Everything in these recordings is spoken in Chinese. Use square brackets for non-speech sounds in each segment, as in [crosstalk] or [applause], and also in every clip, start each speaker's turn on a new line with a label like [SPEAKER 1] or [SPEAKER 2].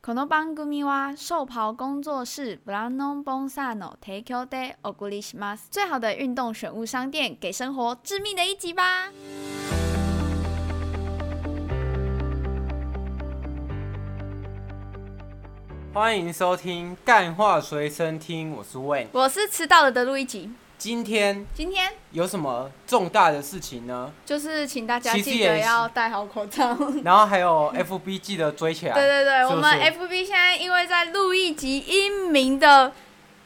[SPEAKER 1] この番組は寿袍工作室ブランドボンサーの提供でお送りします。最好的运动选物商店，给生活致命的一击吧！
[SPEAKER 2] 欢迎收听《干话随身听》，我是 Wayne。
[SPEAKER 1] 我是迟到了的路易吉，
[SPEAKER 2] 今天
[SPEAKER 1] 今天
[SPEAKER 2] 有什么重大的事情呢？
[SPEAKER 1] 就是请大家
[SPEAKER 2] 其实
[SPEAKER 1] 记
[SPEAKER 2] 也
[SPEAKER 1] 得
[SPEAKER 2] 是
[SPEAKER 1] 要戴好口
[SPEAKER 2] [laughs]
[SPEAKER 1] 罩。对
[SPEAKER 2] 然后还有 FB 记得追起来。
[SPEAKER 1] 对对，
[SPEAKER 2] 是不
[SPEAKER 1] 我
[SPEAKER 2] 是
[SPEAKER 1] 们 FB 现在因为在路易吉英明的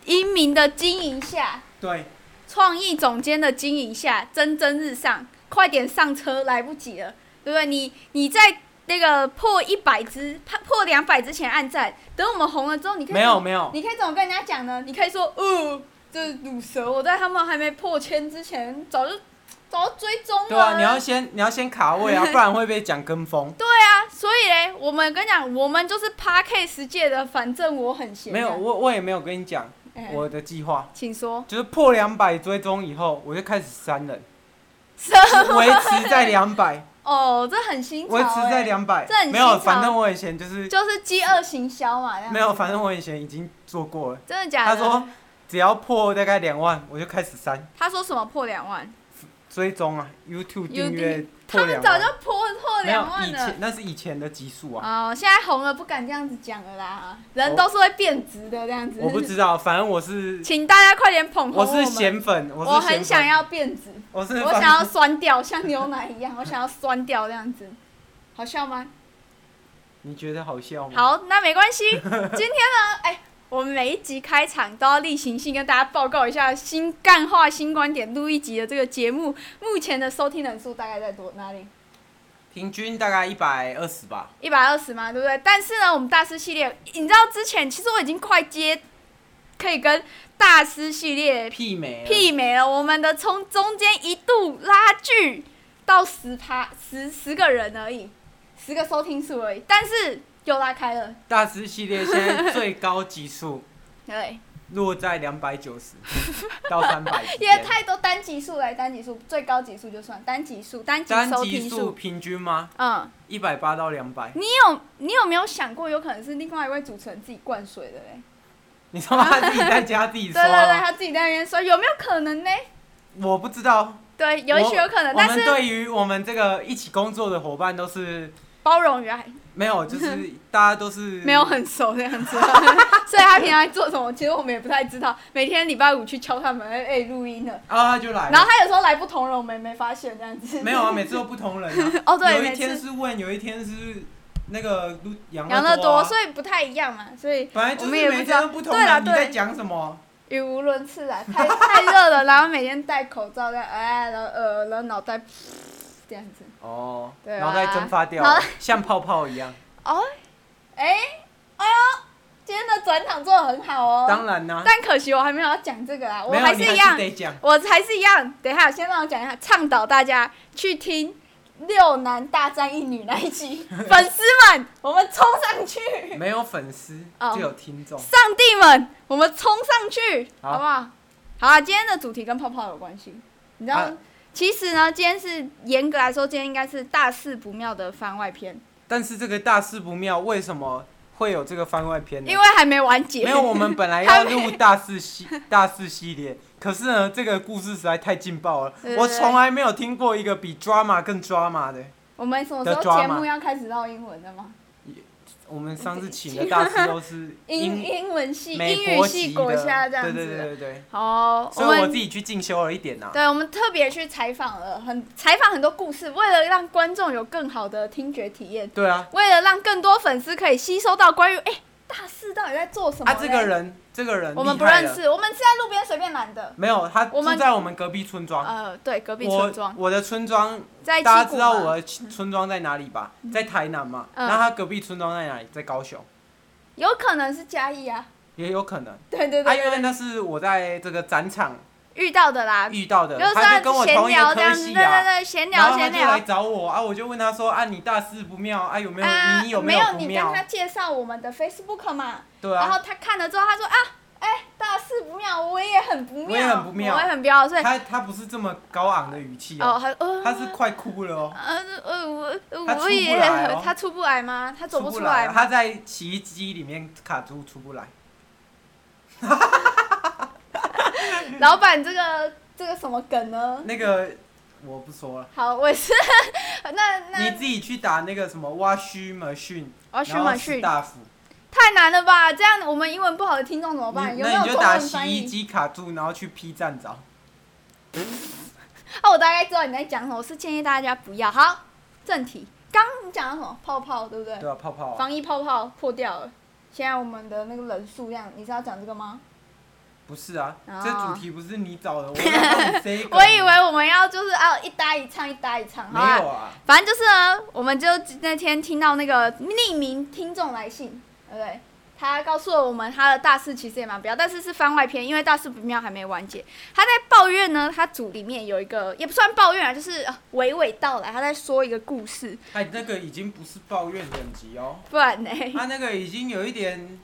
[SPEAKER 1] 英明的经营下，
[SPEAKER 2] 对
[SPEAKER 1] 创意总监的经营下蒸蒸日上，快点上车，来不及了，对不对？你你在那个破一百之破破两百之前按赞，等我们红了之后，你可以
[SPEAKER 2] 没有没有，
[SPEAKER 1] 你可以怎么跟人家讲呢？你可以说，呃，这是乳蛇，我在他们还没破千之前，早就早就追踪了。
[SPEAKER 2] 对啊，你要先你要先卡
[SPEAKER 1] [laughs]
[SPEAKER 2] 位啊，不然会被讲跟风。
[SPEAKER 1] 对啊，所以嘞，我们跟你讲，我们就是 p a r k 世界的，反正我很闲啊。
[SPEAKER 2] 没有，我我也没有跟你讲
[SPEAKER 1] 哎，
[SPEAKER 2] 我的计划，
[SPEAKER 1] 请说。
[SPEAKER 2] 就是破两百追踪以后，我就开始删人，
[SPEAKER 1] 什么
[SPEAKER 2] 维持在两百，
[SPEAKER 1] 哦，这很新潮、
[SPEAKER 2] 维
[SPEAKER 1] 欸。
[SPEAKER 2] 持在两百
[SPEAKER 1] 这很。
[SPEAKER 2] 没
[SPEAKER 1] 新
[SPEAKER 2] 有，
[SPEAKER 1] 潮
[SPEAKER 2] 反正我以前就是
[SPEAKER 1] 就是饥饿行销嘛，这样
[SPEAKER 2] 没有，反正我以前已经做过了。
[SPEAKER 1] 真的假
[SPEAKER 2] 他
[SPEAKER 1] 的？
[SPEAKER 2] 说只要破大概两万，我就开始删。
[SPEAKER 1] 他说什么破两万？
[SPEAKER 2] 追踪啊，YouTube 订阅
[SPEAKER 1] 他
[SPEAKER 2] 破
[SPEAKER 1] 们
[SPEAKER 2] 两
[SPEAKER 1] 早
[SPEAKER 2] 万，
[SPEAKER 1] 就破破
[SPEAKER 2] 没有
[SPEAKER 1] 两万
[SPEAKER 2] 以
[SPEAKER 1] 了
[SPEAKER 2] 前。那是以前的集数啊，
[SPEAKER 1] 哦，现在红了不敢这样子讲了啦，人都是会变质的这样子。
[SPEAKER 2] 我不，知道，反正我是
[SPEAKER 1] 请大家快点捧红
[SPEAKER 2] 我
[SPEAKER 1] 们
[SPEAKER 2] 是咸粉，我是
[SPEAKER 1] 我
[SPEAKER 2] 咸粉
[SPEAKER 1] 很想，要变
[SPEAKER 2] [laughs]
[SPEAKER 1] 质，
[SPEAKER 2] 我是
[SPEAKER 1] 我
[SPEAKER 2] 反
[SPEAKER 1] 想要酸掉，像牛奶一样，我想要酸掉这样子，好笑吗？
[SPEAKER 2] 你觉得好笑吗？
[SPEAKER 1] 好，那没关
[SPEAKER 2] [laughs]
[SPEAKER 1] 系。今天呢，哎、我们每一集开场都要例行性跟大家报告一下新干话、新观点录一集的这个节目目前的收听人数大概在多哪里？
[SPEAKER 2] 平均大概一百二十吧，
[SPEAKER 1] 一百二十嘛，对不对？但是呢，我们大师系列，你知道之前其实我已经快接可以跟大师系列
[SPEAKER 2] 媲美了啊
[SPEAKER 1] 媲美了，我们的从中间一度拉锯到十趴十十个人而已，十个收听数而已，但是又拉开了，
[SPEAKER 2] 大师系列现在最高
[SPEAKER 1] [laughs]
[SPEAKER 2] 级数
[SPEAKER 1] 对，
[SPEAKER 2] 落在两百九十到三百之
[SPEAKER 1] 因为
[SPEAKER 2] 间，
[SPEAKER 1] 太多单级数来单级数，最高级数就算单级数，单级
[SPEAKER 2] 单
[SPEAKER 1] 收
[SPEAKER 2] 级
[SPEAKER 1] 听
[SPEAKER 2] 数
[SPEAKER 1] 数，
[SPEAKER 2] 平均吗？
[SPEAKER 1] 嗯，
[SPEAKER 2] 一百八到两百，
[SPEAKER 1] 你有你有没有想过，有可能是另外一位主持人自己灌水的嘞？
[SPEAKER 2] 你他妈自己在家自己
[SPEAKER 1] 对
[SPEAKER 2] 说
[SPEAKER 1] [laughs] 对
[SPEAKER 2] 啊，
[SPEAKER 1] 对，他自己在那边说，有没有可能呢？
[SPEAKER 2] 我不知道，
[SPEAKER 1] 对，有一些有可能，但
[SPEAKER 2] 我们
[SPEAKER 1] 是
[SPEAKER 2] 对于我们这个一起工作的伙伴都是
[SPEAKER 1] 包容于还
[SPEAKER 2] 没有，就是
[SPEAKER 1] [laughs]
[SPEAKER 2] 大家都是
[SPEAKER 1] 没有很熟这样子，啊 [laughs] 所以他平常在做什么，其实我们也不太知道。每天礼拜五去敲他们，哎、哎录音了，
[SPEAKER 2] 啊，他就来了。
[SPEAKER 1] 然后他有时候来不同人，我们也没发现这样子。。
[SPEAKER 2] 没有啊，每次都不同人、啊
[SPEAKER 1] [laughs] 哦 [laughs] 对
[SPEAKER 2] 有
[SPEAKER 1] 每
[SPEAKER 2] 一
[SPEAKER 1] 次
[SPEAKER 2] 天是问，有一天是那个陆杨
[SPEAKER 1] 养
[SPEAKER 2] 乐
[SPEAKER 1] 乐多，
[SPEAKER 2] 啊
[SPEAKER 1] 所以不太一样嘛，所以
[SPEAKER 2] 本来就
[SPEAKER 1] 我
[SPEAKER 2] 是
[SPEAKER 1] 们也
[SPEAKER 2] 每
[SPEAKER 1] 不知
[SPEAKER 2] 天
[SPEAKER 1] 道
[SPEAKER 2] 都不同
[SPEAKER 1] 对啦
[SPEAKER 2] 人，你
[SPEAKER 1] 对
[SPEAKER 2] 在讲什么？
[SPEAKER 1] 语无伦次啊，太 [laughs] 太热了，然后每天戴口罩这样，哎，然后呃，然后脑袋这样子，
[SPEAKER 2] 哦，
[SPEAKER 1] 对啊
[SPEAKER 2] 脑袋蒸发掉
[SPEAKER 1] 脑
[SPEAKER 2] 了
[SPEAKER 1] 袋，
[SPEAKER 2] [laughs] 像泡泡一样。
[SPEAKER 1] 哦，哎、哎呦，今天的转场做的很好 [laughs] 哦，
[SPEAKER 2] 当然啦、
[SPEAKER 1] 但可惜我还没有要讲这个啊，我
[SPEAKER 2] 没有
[SPEAKER 1] 还
[SPEAKER 2] 你
[SPEAKER 1] 一
[SPEAKER 2] 还
[SPEAKER 1] 样
[SPEAKER 2] 是，得讲。
[SPEAKER 1] 我还是一样，等一下先让我讲一下，倡导大家去听六男大战一女那一
[SPEAKER 2] [laughs]
[SPEAKER 1] 集，粉丝们，我们冲上去，
[SPEAKER 2] 没有粉丝，
[SPEAKER 1] [laughs] 哦
[SPEAKER 2] 只有听众。
[SPEAKER 1] 上帝们，我们冲上去，
[SPEAKER 2] 好
[SPEAKER 1] 好不好？好啊，今天的主题跟泡泡有关系，你知道，
[SPEAKER 2] 啊
[SPEAKER 1] 其实呢，今天是严格来说，今天应该是大事不妙的番外篇，
[SPEAKER 2] 但是这个大事不妙，为什么会有这个番外篇呢？
[SPEAKER 1] 因为还没完结，
[SPEAKER 2] 嗯没有，我们本来要录大
[SPEAKER 1] [laughs]
[SPEAKER 2] 四系大四系列，可是呢，这个故事实在太劲爆了
[SPEAKER 1] 对，对
[SPEAKER 2] 我
[SPEAKER 1] 对
[SPEAKER 2] 从来没有听过一个比 drama 更 drama 的。
[SPEAKER 1] 我们什么时候
[SPEAKER 2] 的 drama
[SPEAKER 1] 节目要开始绕英文的吗？
[SPEAKER 2] 我们上次请的大师都是
[SPEAKER 1] 英英文系、
[SPEAKER 2] 美
[SPEAKER 1] 英语
[SPEAKER 2] 国
[SPEAKER 1] 系
[SPEAKER 2] 籍
[SPEAKER 1] 国
[SPEAKER 2] 的，
[SPEAKER 1] 家这样子。
[SPEAKER 2] 对对对对对，
[SPEAKER 1] 好哦，
[SPEAKER 2] 所
[SPEAKER 1] 我
[SPEAKER 2] 以我
[SPEAKER 1] 们
[SPEAKER 2] 自己去进修了一点啊呐、
[SPEAKER 1] 对，我们特别去采访了很采访很多故事，为了让观众有更好的听觉体验，
[SPEAKER 2] 对啊，
[SPEAKER 1] 为了让更多粉丝可以吸收到关于哎、大四到底在做什么
[SPEAKER 2] 啊
[SPEAKER 1] 嘞。
[SPEAKER 2] 这个人这个人
[SPEAKER 1] 我们
[SPEAKER 2] 厉
[SPEAKER 1] 不
[SPEAKER 2] 害
[SPEAKER 1] 认
[SPEAKER 2] 了，
[SPEAKER 1] 识，我们是在路边随便拦的。
[SPEAKER 2] 没有他
[SPEAKER 1] 我
[SPEAKER 2] 住
[SPEAKER 1] 们
[SPEAKER 2] 在我们隔壁村庄。
[SPEAKER 1] 呃，对，隔壁村
[SPEAKER 2] 啊我
[SPEAKER 1] 庄
[SPEAKER 2] 我的村庄，
[SPEAKER 1] 在
[SPEAKER 2] 大
[SPEAKER 1] 七
[SPEAKER 2] 家
[SPEAKER 1] 股
[SPEAKER 2] 知道我
[SPEAKER 1] 嘛
[SPEAKER 2] 的村庄在哪里吧？在台南嘛。
[SPEAKER 1] 嗯
[SPEAKER 2] 那他隔壁村庄在哪里？在高雄，
[SPEAKER 1] 有可能是嘉义啊，
[SPEAKER 2] 也有可能。
[SPEAKER 1] 对对
[SPEAKER 2] 啊，
[SPEAKER 1] 对
[SPEAKER 2] 因为
[SPEAKER 1] 对，
[SPEAKER 2] 那是我在这个展场
[SPEAKER 1] 遇到的啦，
[SPEAKER 2] 遇到的，
[SPEAKER 1] 就是
[SPEAKER 2] 他就跟
[SPEAKER 1] 说
[SPEAKER 2] 我
[SPEAKER 1] 闲
[SPEAKER 2] 同一个
[SPEAKER 1] 聊这
[SPEAKER 2] 科
[SPEAKER 1] 样子，
[SPEAKER 2] 系
[SPEAKER 1] 对对
[SPEAKER 2] 啊，
[SPEAKER 1] 对，闲
[SPEAKER 2] 然
[SPEAKER 1] 聊
[SPEAKER 2] 后他
[SPEAKER 1] 闲
[SPEAKER 2] 就
[SPEAKER 1] 聊
[SPEAKER 2] 来。找我啊，我就问他说啊，你大事不妙啊，有没有、
[SPEAKER 1] 啊，
[SPEAKER 2] 你有
[SPEAKER 1] 没
[SPEAKER 2] 有不
[SPEAKER 1] 你跟
[SPEAKER 2] 妙
[SPEAKER 1] 他？介绍我们的 Facebook 嘛，
[SPEAKER 2] 对
[SPEAKER 1] 然
[SPEAKER 2] 啊，
[SPEAKER 1] 后他看了之后，他说啊，哎、大事不妙，我也很不妙，
[SPEAKER 2] 我也很不妙
[SPEAKER 1] 我也很不妙，所以
[SPEAKER 2] 他他不是这么高昂的语气
[SPEAKER 1] 哦，
[SPEAKER 2] 哦，
[SPEAKER 1] 还呃，
[SPEAKER 2] 他是快哭了哦，
[SPEAKER 1] 呃呃我
[SPEAKER 2] 他
[SPEAKER 1] 呃
[SPEAKER 2] 出
[SPEAKER 1] 我
[SPEAKER 2] 不
[SPEAKER 1] 也
[SPEAKER 2] 来
[SPEAKER 1] 很
[SPEAKER 2] 哦
[SPEAKER 1] 他出不来吗？ [laughs] 他走不
[SPEAKER 2] 出
[SPEAKER 1] 出
[SPEAKER 2] 来
[SPEAKER 1] 来
[SPEAKER 2] 了，
[SPEAKER 1] 吗？
[SPEAKER 2] 他在洗衣机里面卡住出不来。
[SPEAKER 1] 老板这个这个什么梗呢？
[SPEAKER 2] 那个我不说了，
[SPEAKER 1] 好，我也是 [laughs] 那
[SPEAKER 2] 你
[SPEAKER 1] 那
[SPEAKER 2] 自己去打那个什么 wash machine，
[SPEAKER 1] 我要
[SPEAKER 2] wash
[SPEAKER 1] 学马逊，
[SPEAKER 2] 大幅，
[SPEAKER 1] 太难了吧？这样我们英文不好的听众怎么办？
[SPEAKER 2] 你
[SPEAKER 1] 有没
[SPEAKER 2] 那
[SPEAKER 1] 有
[SPEAKER 2] 你就
[SPEAKER 1] 中
[SPEAKER 2] 打
[SPEAKER 1] 文
[SPEAKER 2] 洗
[SPEAKER 1] 翻
[SPEAKER 2] 衣
[SPEAKER 1] 译？
[SPEAKER 2] 机卡住，然后去 P 站找。
[SPEAKER 1] 哦，我大概知道你在讲什么，我是建议大家不要。好，正题，刚刚你讲到什么泡泡，对不对？
[SPEAKER 2] 对啊，泡泡啊、
[SPEAKER 1] 防疫泡泡破掉了，现在我们的那个人数量，你是要讲这个吗？
[SPEAKER 2] 不是啊，
[SPEAKER 1] 哦
[SPEAKER 2] 这主题不是你
[SPEAKER 1] [laughs]
[SPEAKER 2] 找的，我在帮你塞一个
[SPEAKER 1] 我以为我们要就是啊一搭一唱一搭一唱，好
[SPEAKER 2] 没
[SPEAKER 1] 吧
[SPEAKER 2] 有？啊，
[SPEAKER 1] 反正就是呢，我们就那天听到那个匿名听众来信，对不对？他告诉了我们他的大四其实也蛮不要，但是是番外篇，因为大四不妙还没完结。他在抱怨呢，他组里面有一个也不算抱怨啊，就是呃娓娓道来，他在说一个故事，
[SPEAKER 2] 哎，那个已经不是抱怨等
[SPEAKER 1] [laughs]
[SPEAKER 2] 级哦，
[SPEAKER 1] 不然呢？
[SPEAKER 2] 他那个已经有一点，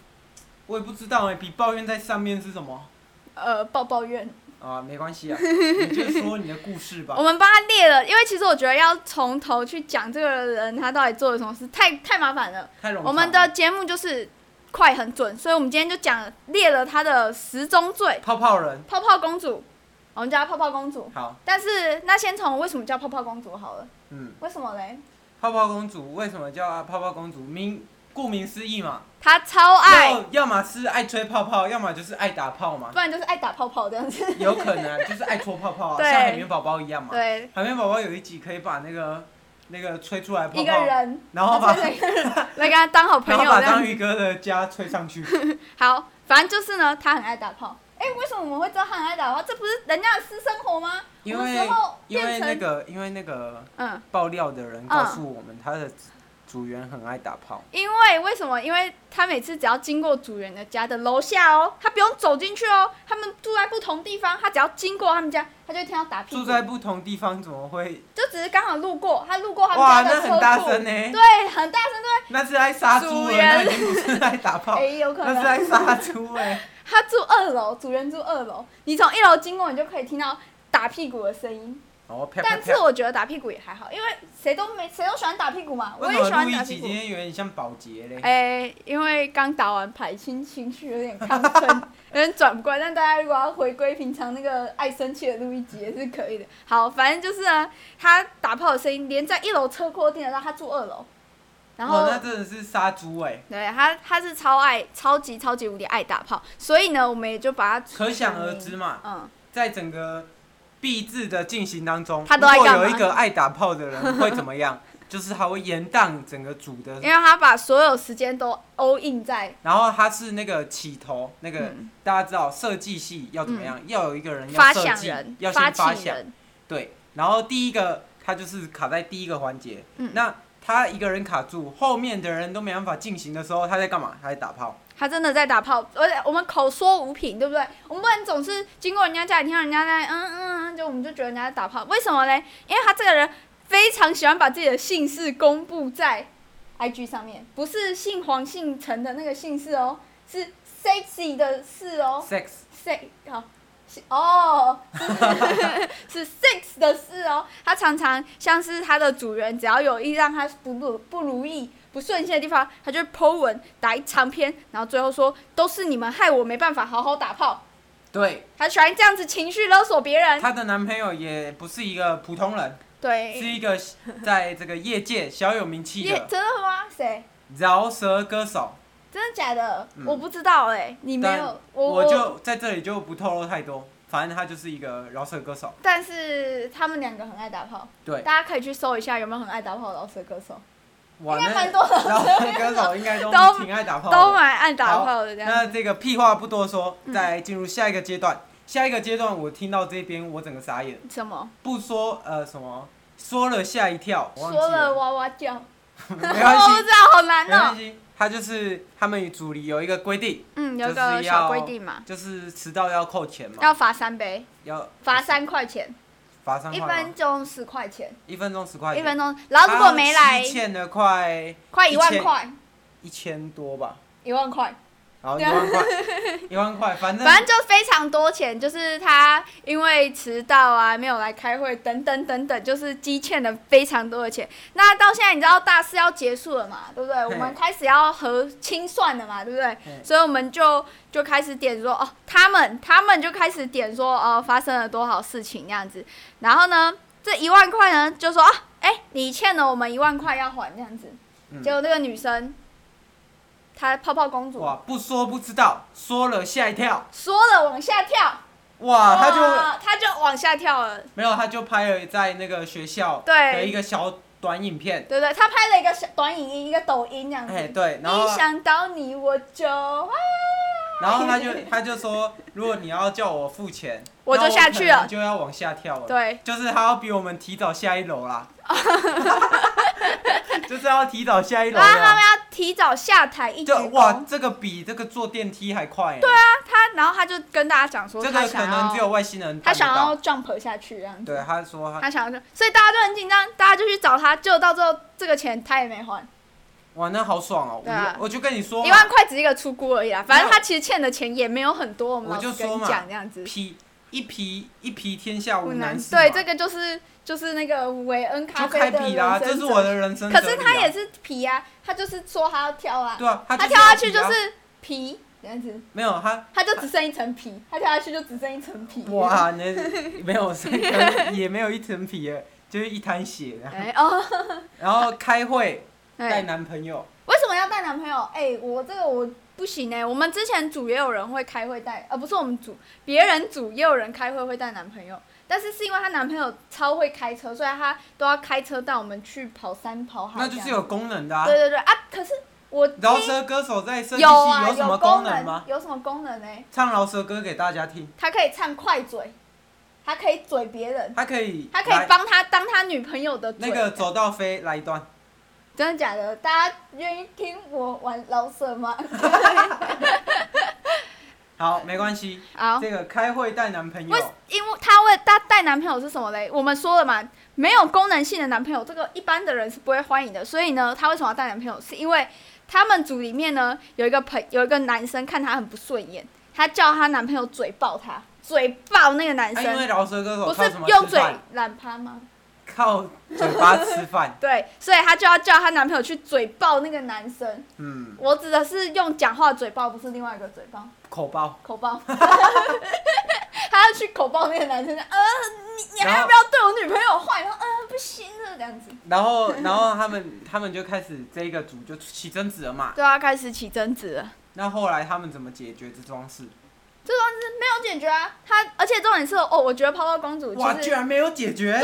[SPEAKER 2] 我也不知道哎、比抱怨在上面是什么
[SPEAKER 1] 呃，抱抱怨。
[SPEAKER 2] 啊？没
[SPEAKER 1] [laughs]
[SPEAKER 2] 关系啊，你就说你的故事吧
[SPEAKER 1] 我。们帮他列了，因为其实我觉得要从头去讲这个人他到底做了什么事，太太麻烦了。
[SPEAKER 2] 太冗长了
[SPEAKER 1] 我们的节目就是快很准，所以我们今天就讲列了他的十宗罪。
[SPEAKER 2] 泡泡人，
[SPEAKER 1] 泡泡公主，我们叫她泡泡公主。
[SPEAKER 2] 好，
[SPEAKER 1] 但是那先从为什么叫泡泡公主好了，
[SPEAKER 2] 嗯，
[SPEAKER 1] 为什么嘞？
[SPEAKER 2] 泡泡公主为什么叫她泡泡公主？名顾名思义嘛，
[SPEAKER 1] 她超爱，
[SPEAKER 2] 要要么是爱吹泡泡，要么就是爱打泡嘛
[SPEAKER 1] 不，然就是爱打泡泡这样子。
[SPEAKER 2] 有可能啊就是爱戳泡泡啊，
[SPEAKER 1] 对
[SPEAKER 2] 像海绵宝宝一样嘛。 [laughs]
[SPEAKER 1] 对，
[SPEAKER 2] 海绵宝宝有一集可以把那个那个吹出来的泡
[SPEAKER 1] 一个
[SPEAKER 2] 泡，
[SPEAKER 1] 人，
[SPEAKER 2] 然后把
[SPEAKER 1] 她真的一个人来跟他当好朋
[SPEAKER 2] [laughs] 然
[SPEAKER 1] 友
[SPEAKER 2] 后
[SPEAKER 1] 这
[SPEAKER 2] 把
[SPEAKER 1] 样
[SPEAKER 2] 章
[SPEAKER 1] 子。
[SPEAKER 2] 鱼哥的家吹
[SPEAKER 1] [laughs]
[SPEAKER 2] 上去。
[SPEAKER 1] 好，反正就是呢，她很爱打炮。哎、为什么我们会知道她很爱打炮？这不是人家的私生活吗？
[SPEAKER 2] 因
[SPEAKER 1] 我们
[SPEAKER 2] 为
[SPEAKER 1] 之后
[SPEAKER 2] 因为
[SPEAKER 1] 变成
[SPEAKER 2] 那个因为那个
[SPEAKER 1] 嗯，
[SPEAKER 2] 爆料的人告诉我们，他的组员很爱打炮。
[SPEAKER 1] 因为为什么？因为他每次只要经过主人的家的楼下哦，他不用走进去哦，他们住在不同地方，他只要经过他们家，他就会听到打屁股。
[SPEAKER 2] 住在不同地方怎么会？
[SPEAKER 1] 就只是刚好路过，他路过他们
[SPEAKER 2] 哇，
[SPEAKER 1] 家的
[SPEAKER 2] 那
[SPEAKER 1] 车库，
[SPEAKER 2] 很大声呢、
[SPEAKER 1] 对，很大声，对，
[SPEAKER 2] 那是爱杀
[SPEAKER 1] [laughs]
[SPEAKER 2] 猪
[SPEAKER 1] 组
[SPEAKER 2] 哎、
[SPEAKER 1] 员
[SPEAKER 2] 那已经不是爱打炮
[SPEAKER 1] [laughs] 哎、，有可
[SPEAKER 2] 那是
[SPEAKER 1] 能
[SPEAKER 2] 爱杀猪哎、
[SPEAKER 1] [laughs] 他住二楼，主人住二楼，你从一楼经过，你就可以听到打屁股的声
[SPEAKER 2] [laughs]
[SPEAKER 1] 音。
[SPEAKER 2] 哦，啪啪
[SPEAKER 1] 但是
[SPEAKER 2] 啪！
[SPEAKER 1] 我觉得打屁股也还好，因为谁都没谁都喜欢打屁股嘛，我
[SPEAKER 2] 为
[SPEAKER 1] 也
[SPEAKER 2] 什
[SPEAKER 1] 喜
[SPEAKER 2] 么
[SPEAKER 1] 欢
[SPEAKER 2] 录一
[SPEAKER 1] 打
[SPEAKER 2] 集
[SPEAKER 1] 屁
[SPEAKER 2] 今
[SPEAKER 1] 股。
[SPEAKER 2] 天有点像保洁嘞？
[SPEAKER 1] 哎、因为刚打完牌，心情绪有点亢奋，有点转不过来。但大家如果要回归平常那个爱生气的路易吉也是可以的。好，反正就是呢，他打炮的声音连在一楼车库都听得到，他住二楼，然后、
[SPEAKER 2] 哦，那真的是杀猪哎，
[SPEAKER 1] 对他，他是超爱、超级、超级无敌爱打炮，所以呢，我们也就把他
[SPEAKER 2] 可想而知嘛，
[SPEAKER 1] 嗯，
[SPEAKER 2] 在整个币制的进行当中，
[SPEAKER 1] 他都在
[SPEAKER 2] 如果
[SPEAKER 1] 干嘛
[SPEAKER 2] 有一个爱打炮的人会怎
[SPEAKER 1] [laughs]
[SPEAKER 2] 么样？就是他会延宕整个组的
[SPEAKER 1] 因为他把所有时间都 all in 在，
[SPEAKER 2] 然后他是那个起头，那个、
[SPEAKER 1] 嗯
[SPEAKER 2] 大家知道设计系要怎么样，要有一个人要
[SPEAKER 1] 发
[SPEAKER 2] 设
[SPEAKER 1] 想
[SPEAKER 2] 计
[SPEAKER 1] 人，、
[SPEAKER 2] 要
[SPEAKER 1] 发
[SPEAKER 2] 先发
[SPEAKER 1] 起
[SPEAKER 2] 想，
[SPEAKER 1] 人，
[SPEAKER 2] 对。然后第一个他就是卡在第一个环节，
[SPEAKER 1] 嗯
[SPEAKER 2] 那他一个人卡住，后面的人都没办法进行的时候，他在干嘛？他在打炮。
[SPEAKER 1] 他真的在打炮，而且我们口说无凭，对不对？我们不能总是经过人家家里听到人家在嗯嗯嗯，就我们就觉得人家在打炮，为什么嘞？因为他这个人非常喜欢把自己的姓氏公布在 IG 上面，不是姓黄姓陈的那个姓氏哦，是 sexy 的事哦。
[SPEAKER 2] sex
[SPEAKER 1] sex 好是哦，是 [laughs] sex 的事哦。他常常像是他的主人，只要有意让他不不不如意、不顺心的地方，他就 po 文打一长篇，然后最后说都是你们害我没办法好好打炮。
[SPEAKER 2] 对，
[SPEAKER 1] 他喜欢这样子情绪勒索别人，
[SPEAKER 2] 她的男朋友也不是一个普通人，是
[SPEAKER 1] 对，
[SPEAKER 2] 一个在这个业界小有名气
[SPEAKER 1] 耶，
[SPEAKER 2] 的
[SPEAKER 1] 真的吗？谁？
[SPEAKER 2] 饶舌歌手。
[SPEAKER 1] 真的假的？
[SPEAKER 2] 嗯
[SPEAKER 1] 我不知道哎、你没
[SPEAKER 2] 但
[SPEAKER 1] 有，我
[SPEAKER 2] 嗯我就在这里就不透露太多，反正他就是一个饶舌歌手。
[SPEAKER 1] 但是他们两个很爱打炮，
[SPEAKER 2] 对，
[SPEAKER 1] 大家可以去搜一下有没有很爱打炮的老舌歌手，
[SPEAKER 2] 哇，
[SPEAKER 1] 应该
[SPEAKER 2] 那
[SPEAKER 1] 蛮多的，
[SPEAKER 2] 然后歌手应该
[SPEAKER 1] 都
[SPEAKER 2] 都挺爱打炮
[SPEAKER 1] 都
[SPEAKER 2] 的。
[SPEAKER 1] 蛮爱打
[SPEAKER 2] 好
[SPEAKER 1] 炮的这嗯样子。
[SPEAKER 2] 那这个屁话不多说，再进入下一个阶段。下一个阶段，我听到这边我整个傻眼，
[SPEAKER 1] 什么？
[SPEAKER 2] 不说呃什么，说了吓一跳，我忘记
[SPEAKER 1] 说了哇哇叫，
[SPEAKER 2] [laughs] 没关
[SPEAKER 1] 我不
[SPEAKER 2] 系，
[SPEAKER 1] 知 [laughs] 道，好
[SPEAKER 2] 没
[SPEAKER 1] 难
[SPEAKER 2] 关
[SPEAKER 1] 哦、
[SPEAKER 2] 系。他就是他们组里有一个规定，
[SPEAKER 1] 嗯，有
[SPEAKER 2] 就是
[SPEAKER 1] 个
[SPEAKER 2] 要
[SPEAKER 1] 小规定嘛，
[SPEAKER 2] 就是迟到要扣钱嘛，
[SPEAKER 1] 嗯要罚三杯，
[SPEAKER 2] 要
[SPEAKER 1] 罚三块钱，
[SPEAKER 2] 罚三
[SPEAKER 1] 一
[SPEAKER 2] 块吗
[SPEAKER 1] 分，钟十块钱，
[SPEAKER 2] 一分钟十块
[SPEAKER 1] 一
[SPEAKER 2] 钱，
[SPEAKER 1] 分钟。然后如果没来
[SPEAKER 2] 他，欠了快
[SPEAKER 1] 快一
[SPEAKER 2] 一
[SPEAKER 1] 万
[SPEAKER 2] 千
[SPEAKER 1] 块，
[SPEAKER 2] 一千多吧，
[SPEAKER 1] 一万块，
[SPEAKER 2] 好，一万
[SPEAKER 1] [laughs]
[SPEAKER 2] 块，一万块，反正
[SPEAKER 1] 反正就非常多钱，就是他因为迟到啊，没有来开会等等等等，就是积欠了非常多的钱。那到现在你知道大四要结束了嘛，对不对？我们开始要和清算了嘛，对不对？
[SPEAKER 2] 嘿
[SPEAKER 1] 所以我们就就开始点说哦，他们他们就开始点说哦，发生了多少事情那样子。然后呢，这一万块呢，就说啊，哎、你欠了我们一万块要还这样子。
[SPEAKER 2] 嗯
[SPEAKER 1] 结果那个女生，她泡泡公主
[SPEAKER 2] 哇，不说不知道，说了吓一跳，
[SPEAKER 1] 说了往下跳，
[SPEAKER 2] 哇，啊他就
[SPEAKER 1] 哇她哦就往下跳了，
[SPEAKER 2] 没有，他就拍了在那个学校
[SPEAKER 1] 对
[SPEAKER 2] 的一个小短影片，
[SPEAKER 1] 对不对？她拍了一个小短影音，一个抖音这样子。
[SPEAKER 2] 哎，对，然后哦
[SPEAKER 1] 一想到嗯你我就啊，
[SPEAKER 2] 然后他就他就说，如果你要叫我付钱，
[SPEAKER 1] 我就
[SPEAKER 2] 那
[SPEAKER 1] 下去
[SPEAKER 2] 可能
[SPEAKER 1] 了
[SPEAKER 2] 就要往下跳了，
[SPEAKER 1] 对，
[SPEAKER 2] 就是他要比我们提早下一
[SPEAKER 1] [laughs]
[SPEAKER 2] 楼啦，就是要提早下一楼
[SPEAKER 1] 然后啊他
[SPEAKER 2] 啦
[SPEAKER 1] 们，要提早下台一鞠
[SPEAKER 2] 就
[SPEAKER 1] 躬。
[SPEAKER 2] 哇，这个比这个坐电梯还快，对啊，
[SPEAKER 1] 他然后他就跟大家讲说，
[SPEAKER 2] 这
[SPEAKER 1] 他
[SPEAKER 2] 个可
[SPEAKER 1] 想
[SPEAKER 2] 能
[SPEAKER 1] 要
[SPEAKER 2] 只有外星人
[SPEAKER 1] 他
[SPEAKER 2] 办得
[SPEAKER 1] 想
[SPEAKER 2] 到
[SPEAKER 1] 要，jump 下去这样子，
[SPEAKER 2] 对，啊他说他
[SPEAKER 1] 他想要，所以大家就很紧张，大家就去找他，就到最后这个钱他也没还，
[SPEAKER 2] 哇，那好爽哦！
[SPEAKER 1] 对啊
[SPEAKER 2] 我我就跟你说
[SPEAKER 1] 一
[SPEAKER 2] 嘛
[SPEAKER 1] 万块只是一个出估而已啦，反正他其实欠的钱也没有很多，我们
[SPEAKER 2] 我
[SPEAKER 1] 老
[SPEAKER 2] 就
[SPEAKER 1] 师跟
[SPEAKER 2] 说
[SPEAKER 1] 你
[SPEAKER 2] 嘛
[SPEAKER 1] 讲这样子，
[SPEAKER 2] 皮一皮一皮天下无
[SPEAKER 1] 不
[SPEAKER 2] 难事嘛。
[SPEAKER 1] 对，这个就是就是那个韦恩咖
[SPEAKER 2] 就
[SPEAKER 1] 啡
[SPEAKER 2] 开
[SPEAKER 1] 的
[SPEAKER 2] 皮啦，
[SPEAKER 1] 人
[SPEAKER 2] 这
[SPEAKER 1] 生
[SPEAKER 2] 是我
[SPEAKER 1] 哲
[SPEAKER 2] 的人生
[SPEAKER 1] 学
[SPEAKER 2] 哲
[SPEAKER 1] 可
[SPEAKER 2] 理啊。
[SPEAKER 1] 是他也是皮啊，他就是说他要跳啊，
[SPEAKER 2] 对啊，他
[SPEAKER 1] 他
[SPEAKER 2] 就是
[SPEAKER 1] 跳下去
[SPEAKER 2] 皮
[SPEAKER 1] 就
[SPEAKER 2] 啊
[SPEAKER 1] 是皮这样子，
[SPEAKER 2] 没有
[SPEAKER 1] [laughs]
[SPEAKER 2] 他
[SPEAKER 1] 他就只剩一层皮，他跳下去就只剩一层皮，
[SPEAKER 2] 哇，那没有三根也没有一层皮耶，就是一滩血。
[SPEAKER 1] [laughs] 哎哦，
[SPEAKER 2] 然后开会带
[SPEAKER 1] 哎。
[SPEAKER 2] 男朋友，
[SPEAKER 1] 为什么要带男朋友？哎、我这个我不行哎、我们之前组也有人会开会带，呃，不是我们组，别人组也有人开会会带男朋友，但是是因为她男朋友超会开车，所以她都要开车带我们去跑山跑海。
[SPEAKER 2] 那就是、有功能的啊
[SPEAKER 1] 对。对对啊！可是我
[SPEAKER 2] 饶
[SPEAKER 1] 听
[SPEAKER 2] 舌歌手在设计
[SPEAKER 1] 有
[SPEAKER 2] 系
[SPEAKER 1] 啊，
[SPEAKER 2] 什么
[SPEAKER 1] 功
[SPEAKER 2] 能吗？
[SPEAKER 1] 有什么功能呢、
[SPEAKER 2] 唱饶舌歌给大家听，
[SPEAKER 1] 她可以唱快嘴，她可以嘴别人，
[SPEAKER 2] 他可以
[SPEAKER 1] 她可
[SPEAKER 2] 来
[SPEAKER 1] 以帮她当她女朋友的嘴。
[SPEAKER 2] 那个走到飞来一段。
[SPEAKER 1] 真的假的？大家愿意听我玩老舍
[SPEAKER 2] [laughs]
[SPEAKER 1] 吗？
[SPEAKER 2] 好，没关系。
[SPEAKER 1] 好。
[SPEAKER 2] 这个开会带男朋
[SPEAKER 1] 哦为
[SPEAKER 2] 友，
[SPEAKER 1] 因为她为她带男朋友是什么嘞？我们说了嘛，没有功能性的男朋友，这个一般的人是不会欢迎的。所以呢，她为什么要带男朋友？是因为他们组里面呢有一个朋有一个男生看她很不顺眼，她叫她男朋友嘴爆她，嘴爆那个男
[SPEAKER 2] 啊、因
[SPEAKER 1] 生，
[SPEAKER 2] 为饶舌歌手
[SPEAKER 1] 不
[SPEAKER 2] 靠
[SPEAKER 1] 是
[SPEAKER 2] 什么
[SPEAKER 1] 用
[SPEAKER 2] 吃
[SPEAKER 1] 嘴
[SPEAKER 2] 饭？
[SPEAKER 1] 懒趴吗？
[SPEAKER 2] 靠嘴巴
[SPEAKER 1] [laughs]
[SPEAKER 2] 吃饭。
[SPEAKER 1] 对，所以她就要叫她男朋友去嘴爆那个男生。
[SPEAKER 2] 嗯，
[SPEAKER 1] 我指的是用讲话嘴爆，不是另外一个嘴爆。
[SPEAKER 2] 口爆。
[SPEAKER 1] 口爆， [laughs] 他要去口爆那个男生，呃，你你还
[SPEAKER 2] 然
[SPEAKER 1] 要
[SPEAKER 2] 后
[SPEAKER 1] 不要对我女朋友坏？然后呃，不行了这样子。
[SPEAKER 2] 然后，然后他们他们就开始这一个组就起争执了嘛。
[SPEAKER 1] 对啊，开始起争执了。
[SPEAKER 2] 那后来他们怎么解决这桩事？
[SPEAKER 1] 这桩事没有解决啊，他而且重点是哦，我觉得泡泡公主就
[SPEAKER 2] 哇，居
[SPEAKER 1] 是
[SPEAKER 2] 然没有解决，
[SPEAKER 1] 泡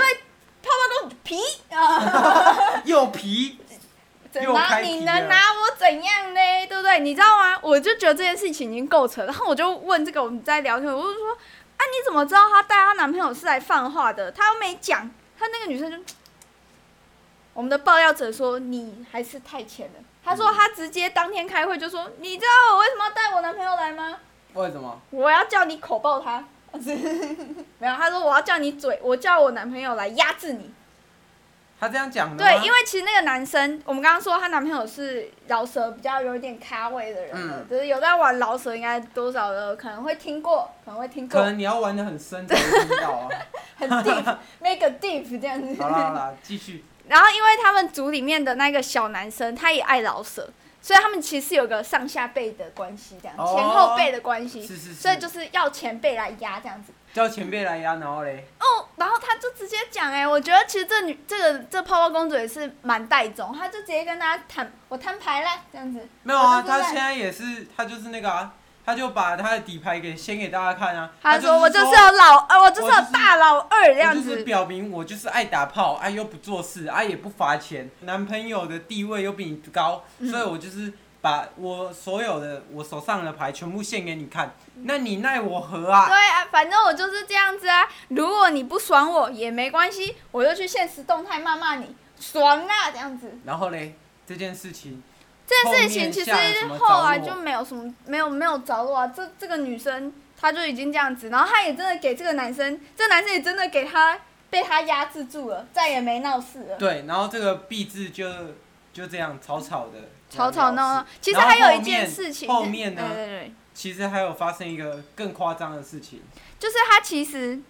[SPEAKER 1] 泡公主皮啊，
[SPEAKER 2] 又皮。
[SPEAKER 1] 怎
[SPEAKER 2] 又
[SPEAKER 1] 拿
[SPEAKER 2] 开题
[SPEAKER 1] 你
[SPEAKER 2] 了
[SPEAKER 1] 能拿我怎样呢？对不对？你知道吗？我就觉得这件事情已经够扯，然后我就问这个我们在聊天，我就说啊，你怎么知道她带她男朋友是来放话的？她又没讲，她那个女生就，我们的爆料者说你还是太浅了。她
[SPEAKER 2] 嗯
[SPEAKER 1] 说她直接当天开会就说，你知道我为什么要带我男朋友来吗？
[SPEAKER 2] 为什么？
[SPEAKER 1] 我要叫你口爆他， [laughs] 没有，她说我要叫你嘴，我叫我男朋友来压制你。
[SPEAKER 2] 他这样讲的
[SPEAKER 1] 对，因
[SPEAKER 2] 为
[SPEAKER 1] 为其实那个男生，我们刚刚说她男朋友是饶舌比较有一点咖位的人了，
[SPEAKER 2] 嗯
[SPEAKER 1] 就是有在玩饶舌，应该多少的可能会听过，可能会听
[SPEAKER 2] 可
[SPEAKER 1] 过，
[SPEAKER 2] 能你要玩的很深才能听到
[SPEAKER 1] [laughs]
[SPEAKER 2] 啊。
[SPEAKER 1] 很 deep，make a deep 这样子。
[SPEAKER 2] 好啦好啦，继续。
[SPEAKER 1] 然后因为他们组里面的那个小男生，他也爱饶舌，所以他们其实有个上下辈的关系，这样、
[SPEAKER 2] 哦
[SPEAKER 1] 前后辈的关系，
[SPEAKER 2] 是是是。
[SPEAKER 1] 所以就是要前辈来压这样子。
[SPEAKER 2] 叫前辈来压，然后嘞，
[SPEAKER 1] 哦，然后他就直接讲哎、我觉得其实这女这个这泡泡公主也是蛮带种，她就直接跟大家摊我摊牌了这样子。
[SPEAKER 2] 没有啊，
[SPEAKER 1] 我就
[SPEAKER 2] 他
[SPEAKER 1] 是在
[SPEAKER 2] 现在也是，他就是那个啊，他就把他的底牌给先给大家看啊。
[SPEAKER 1] 他
[SPEAKER 2] 就
[SPEAKER 1] 说我就是有老二，我就是
[SPEAKER 2] 我
[SPEAKER 1] 有
[SPEAKER 2] 就是
[SPEAKER 1] 大老二这
[SPEAKER 2] 我
[SPEAKER 1] 样
[SPEAKER 2] 就是
[SPEAKER 1] 子。
[SPEAKER 2] 表明我就是爱打炮，啊又不做事，啊也不罚钱，男朋友的地位又比你高，所以
[SPEAKER 1] 嗯
[SPEAKER 2] 我就是把我所有的我手上的牌全部献给你看，那你奈我何啊？
[SPEAKER 1] 对啊，反正我就是这样子啊。如果你不爽我也没关系，我就去现实动态骂骂你，爽啦这样子。
[SPEAKER 2] 然后嘞，这件事情
[SPEAKER 1] 这件事情其实
[SPEAKER 2] 后面下了什么着落
[SPEAKER 1] 后来就没有什么没有没有着落啊。这这个女生她就已经这样子，然后她也真的给这个男生，这个男生也真的给她被她压制住了，再也没闹事了。
[SPEAKER 2] 对，然后这个币制就就这样草草的
[SPEAKER 1] 吵吵闹闹。其实
[SPEAKER 2] 然后
[SPEAKER 1] 还有
[SPEAKER 2] 后
[SPEAKER 1] 一件
[SPEAKER 2] 面
[SPEAKER 1] 事情是，
[SPEAKER 2] 后面呢
[SPEAKER 1] 对对对，
[SPEAKER 2] 其实还有发生一个更夸张的事情，
[SPEAKER 1] 就是他其实，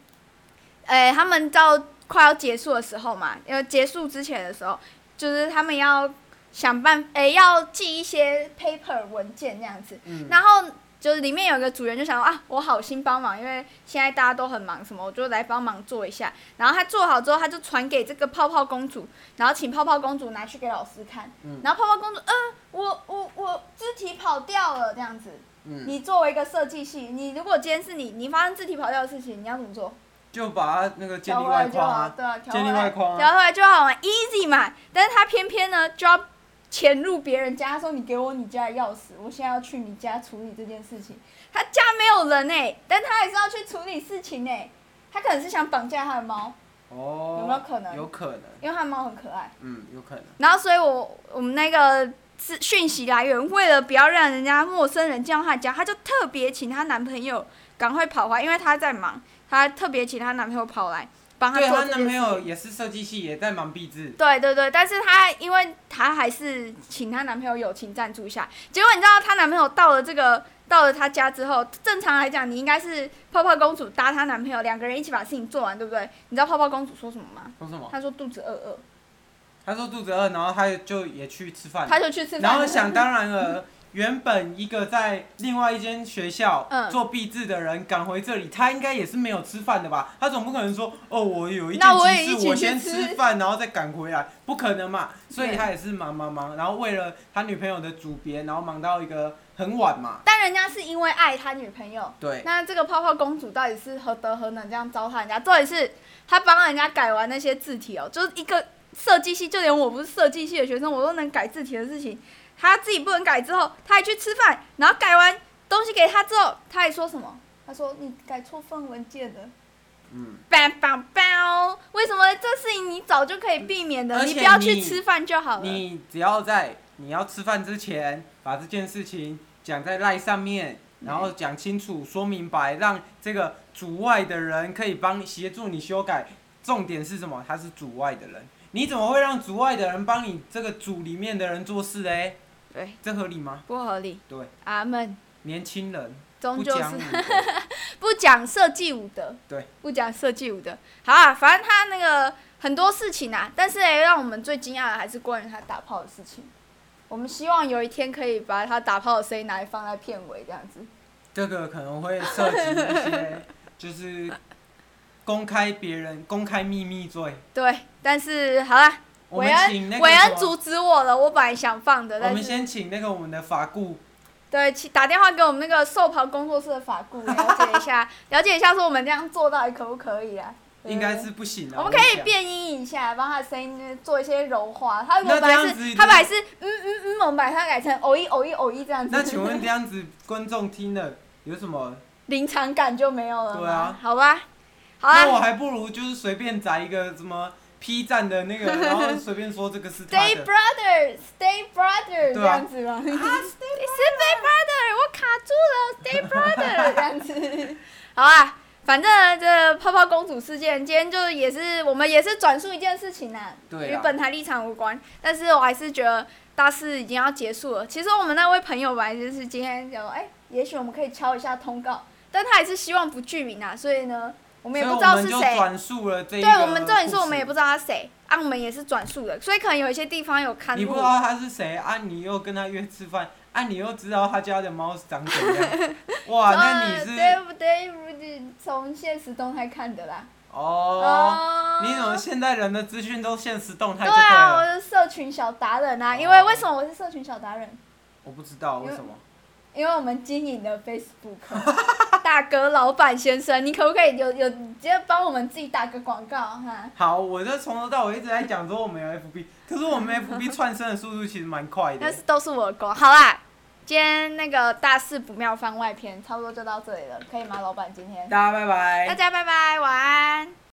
[SPEAKER 1] 哎、他们到快要结束的时候嘛，要结束之前的时候，就是他们要想办，哎、要寄一些 paper 文件这样子。
[SPEAKER 2] 嗯，
[SPEAKER 1] 然后就是里面有一个组员就想说啊，我好心帮忙，因为现在大家都很忙，什么我就来帮忙做一下。然后他做好之后，他就传给这个泡泡公主，然后请泡泡公主拿去给老师看。
[SPEAKER 2] 嗯
[SPEAKER 1] 然后泡泡公主，嗯、我我我字体跑掉了这样子。
[SPEAKER 2] 嗯，
[SPEAKER 1] 你作为一个设计系，你如果今天是你，你发生字体跑掉的事情，你要怎么做？
[SPEAKER 2] 就把它那个建
[SPEAKER 1] 调
[SPEAKER 2] 立
[SPEAKER 1] 回来
[SPEAKER 2] 外
[SPEAKER 1] 就
[SPEAKER 2] 框
[SPEAKER 1] 好，
[SPEAKER 2] 啊，
[SPEAKER 1] 对啊，调
[SPEAKER 2] 建
[SPEAKER 1] 回
[SPEAKER 2] 立
[SPEAKER 1] 来
[SPEAKER 2] 外框啊，
[SPEAKER 1] 调回来就好嘛，easy 嘛。但是他偏偏呢就要潜入别人家，他说你给我你家的钥匙，我现在要去你家处理这件事情。他家没有人哎、但他还是要去处理事情哎、他可能是想绑架他的猫，
[SPEAKER 2] 哦，
[SPEAKER 1] 有没有可能
[SPEAKER 2] 有可能，
[SPEAKER 1] 因为他的猫很可爱。
[SPEAKER 2] 嗯，有可能，
[SPEAKER 1] 然后，所以我我们那个资讯息来源，为了不要让人家陌生人进到她家，她就特别请她男朋友赶快跑回来，因为她在忙，她特别请她男朋友跑来帮她
[SPEAKER 2] 对，
[SPEAKER 1] 做
[SPEAKER 2] 她
[SPEAKER 1] 这件
[SPEAKER 2] 男
[SPEAKER 1] 事
[SPEAKER 2] 朋友也是设计系，也在忙壁纸，
[SPEAKER 1] 对对对，但是她因为她还是请她男朋友友情赞助一下，结果你知道她男朋友到了这个到了她家之后，正常来讲你应该是泡泡公主搭她男朋友，两个人一起把事情做完，对不对？你知道泡泡公主说什么吗？
[SPEAKER 2] 说什么？
[SPEAKER 1] 她说肚子饿饿，
[SPEAKER 2] 她说肚子饿，然后她就也去吃饭，
[SPEAKER 1] 她就去吃饭。
[SPEAKER 2] 然后想当然了，原本一个在另外一间学校
[SPEAKER 1] 嗯
[SPEAKER 2] 做毕制的人赶回这里，他应该也是没有吃饭的吧？他总不可能说哦，我有一
[SPEAKER 1] 那我
[SPEAKER 2] 件
[SPEAKER 1] 也一起
[SPEAKER 2] 急事，
[SPEAKER 1] 去
[SPEAKER 2] 我先
[SPEAKER 1] 吃
[SPEAKER 2] 吃饭，然后再赶回来，不可能嘛。所以
[SPEAKER 1] 对
[SPEAKER 2] 他也是忙忙忙，然后为了他女朋友的组别，然后忙到一个很晚嘛。
[SPEAKER 1] 但人家是因为爱他女朋友，
[SPEAKER 2] 对，
[SPEAKER 1] 那这个泡泡公主到底是何德何能这样糟蹋人家？重点是她帮人家改完那些字体哦，就是一个设计系，就连我不是设计系的学生，我都能改字体的事情，她自己不能改之后，她还去吃饭，然后改完东西给她之后，她还说什么？她说你改错份文件了。
[SPEAKER 2] 嗯，
[SPEAKER 1] bang bang bang！为哦什么这事情你早就可以避免的？
[SPEAKER 2] 嗯而且
[SPEAKER 1] 你不要去
[SPEAKER 2] 你
[SPEAKER 1] 吃饭就好了。
[SPEAKER 2] 你只要在你要吃饭之前把这件事情讲在赖上面。然后讲清楚、说明白，让这个主外的人可以帮协助你修改。重点是什么？他是主外的人，你怎么会让主外的人帮你这个组里面的人做事嘞？
[SPEAKER 1] 对，
[SPEAKER 2] 这合理吗？
[SPEAKER 1] 不合理。
[SPEAKER 2] 对，
[SPEAKER 1] 阿门。
[SPEAKER 2] 年轻人
[SPEAKER 1] 终
[SPEAKER 2] 不
[SPEAKER 1] 究
[SPEAKER 2] 讲
[SPEAKER 1] 是 [laughs]
[SPEAKER 2] 武德，
[SPEAKER 1] 不讲设计武德，
[SPEAKER 2] 对，
[SPEAKER 1] 不讲设计武德。好啊，反正他那个很多事情啊，但是也让我们最惊讶的还是关于他打炮的事情。我们希望有一天可以把他打炮的声音拿来放在片尾这样子。
[SPEAKER 2] 这个可能会涉及一些，就是公开别人、公开秘密罪。
[SPEAKER 1] 对，但是好啦，
[SPEAKER 2] 我
[SPEAKER 1] 韦
[SPEAKER 2] 们
[SPEAKER 1] 恩
[SPEAKER 2] 请那个
[SPEAKER 1] 韦
[SPEAKER 2] 什
[SPEAKER 1] 恩
[SPEAKER 2] 么
[SPEAKER 1] 阻止我了，我本来想放的，
[SPEAKER 2] 我
[SPEAKER 1] 但
[SPEAKER 2] 们
[SPEAKER 1] 是
[SPEAKER 2] 先请那个我们的法顾
[SPEAKER 1] 对，请打电话给我们那个寿袍工作室的法顾了解一下，了解一下说我们这样做到底可不可以啊？对
[SPEAKER 2] 应该是不行啊了。
[SPEAKER 1] 我们可以变音一下，帮他的声音做一些柔化。他如果
[SPEAKER 2] 那
[SPEAKER 1] 本来
[SPEAKER 2] 这样子
[SPEAKER 1] 是，
[SPEAKER 2] 一定
[SPEAKER 1] 他本来是嗯嗯嗯，我们把它改成偶一偶一偶一这样子。
[SPEAKER 2] 那请问这样子观众听了有什么？
[SPEAKER 1] [laughs] 临场感就没有了吗？
[SPEAKER 2] 对啊
[SPEAKER 1] 好吧，好
[SPEAKER 2] 那
[SPEAKER 1] [laughs]
[SPEAKER 2] 我
[SPEAKER 1] 啊。
[SPEAKER 2] 还不如就是随便摘一个什么 P 站
[SPEAKER 1] [laughs]
[SPEAKER 2] 的那个，然后随便说这个是他
[SPEAKER 1] Stay
[SPEAKER 2] 的。
[SPEAKER 1] brother, stay brother，、这
[SPEAKER 2] 对啊
[SPEAKER 1] 样子吗？啊，stay [laughs] brother，我卡住了，stay
[SPEAKER 2] [laughs]
[SPEAKER 1] brother 这样子。好啊，反正呢这泡泡公主事件，今天就也是我们也是转述一件事情啊，
[SPEAKER 2] 对啊
[SPEAKER 1] 与本台立场无关。但是我还是觉得大四已经要结束了。其实我们那位朋友本来就是今天有哎、也许我们可以敲一下通告，但他还是希望不具名啊，所以呢，我
[SPEAKER 2] 所
[SPEAKER 1] 们
[SPEAKER 2] 以
[SPEAKER 1] 也不
[SPEAKER 2] 我
[SPEAKER 1] 知道
[SPEAKER 2] 们
[SPEAKER 1] 是
[SPEAKER 2] 就
[SPEAKER 1] 谁。
[SPEAKER 2] 转述了这一个
[SPEAKER 1] 对我们重点是我们也
[SPEAKER 2] 故
[SPEAKER 1] 不
[SPEAKER 2] 事
[SPEAKER 1] 知道他谁，啊，我们也是转述的，所以可能有一些地方有看
[SPEAKER 2] 你不知
[SPEAKER 1] 过。
[SPEAKER 2] 道他是谁啊，你又跟他约吃饭啊，你又知道他家的猫长怎
[SPEAKER 1] [laughs]
[SPEAKER 2] 样，哇，那你
[SPEAKER 1] 呃
[SPEAKER 2] 是
[SPEAKER 1] 对不对？不对从现实动态看的啦。
[SPEAKER 2] 哦，
[SPEAKER 1] 哦
[SPEAKER 2] 你怎么现代人的资讯都现实动态
[SPEAKER 1] 对
[SPEAKER 2] 就对
[SPEAKER 1] 啊，我
[SPEAKER 2] 了？
[SPEAKER 1] 是社群小达人啊，因
[SPEAKER 2] 哦
[SPEAKER 1] 为为什么我是社群小达人？
[SPEAKER 2] 我不知道为什么，
[SPEAKER 1] 因为我们经营的 Facebook，大
[SPEAKER 2] [laughs]
[SPEAKER 1] 哥老板先生，你可不可以有有直接帮我们自己打个广告哈？
[SPEAKER 2] 好，我就从头到尾一直在讲说我们有 FB，可是我们 FB 窜升的速度其实蛮快
[SPEAKER 1] 但
[SPEAKER 2] 的
[SPEAKER 1] 是。都是我的锅。好啦，今天那个大事不妙番外篇差不多就到这里了，可以吗，老板？今天
[SPEAKER 2] 大家拜拜。
[SPEAKER 1] 大家拜拜，晚安。